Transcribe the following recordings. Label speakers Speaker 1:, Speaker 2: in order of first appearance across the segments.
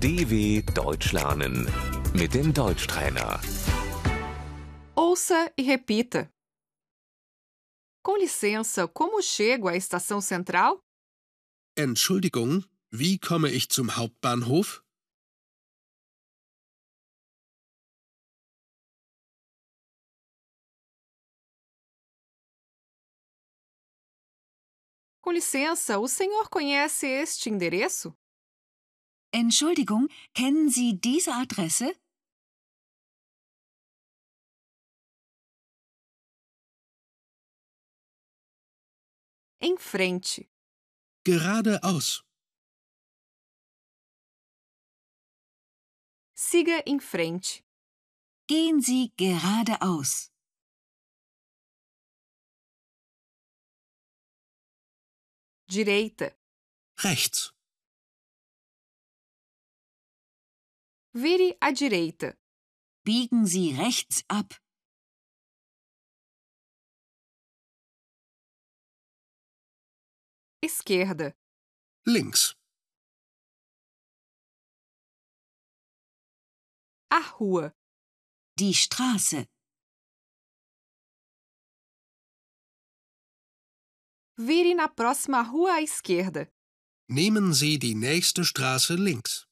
Speaker 1: DW Deutsch lernen mit dem Deutschtrainer.
Speaker 2: Ouça e repita. Com licença, como chego à estação central?
Speaker 3: Entschuldigung, wie komme ich zum Hauptbahnhof?
Speaker 2: Com licença, o senhor conhece este endereço?
Speaker 4: Entschuldigung, kennen Sie diese Adresse?
Speaker 2: Em frente.
Speaker 3: Geradeaus.
Speaker 2: Siga em frente.
Speaker 4: Gehen Sie geradeaus.
Speaker 2: Direita.
Speaker 3: Rechts.
Speaker 2: Vire à direita.
Speaker 4: Biegen Sie rechts ab.
Speaker 2: Esquerda.
Speaker 3: Links.
Speaker 2: A rua.
Speaker 4: Die Straße.
Speaker 2: Vire na próxima rua à esquerda.
Speaker 3: Nehmen Sie die nächste Straße links.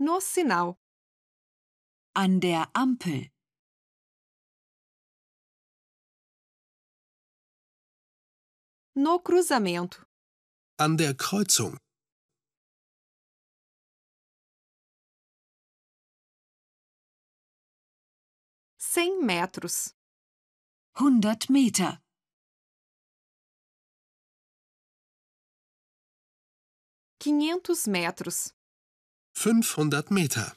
Speaker 2: No sinal.
Speaker 4: An der Ampel.
Speaker 2: No cruzamento.
Speaker 3: An der Kreuzung.
Speaker 2: Cem metros.
Speaker 4: 100 Meter.
Speaker 2: Quinhentos metros.
Speaker 3: 500 Meter.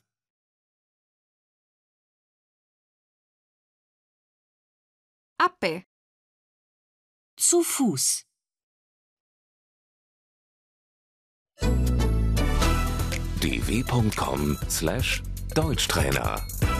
Speaker 2: A pé.
Speaker 4: Zu Fuß.
Speaker 1: dw.com/deutschtrainer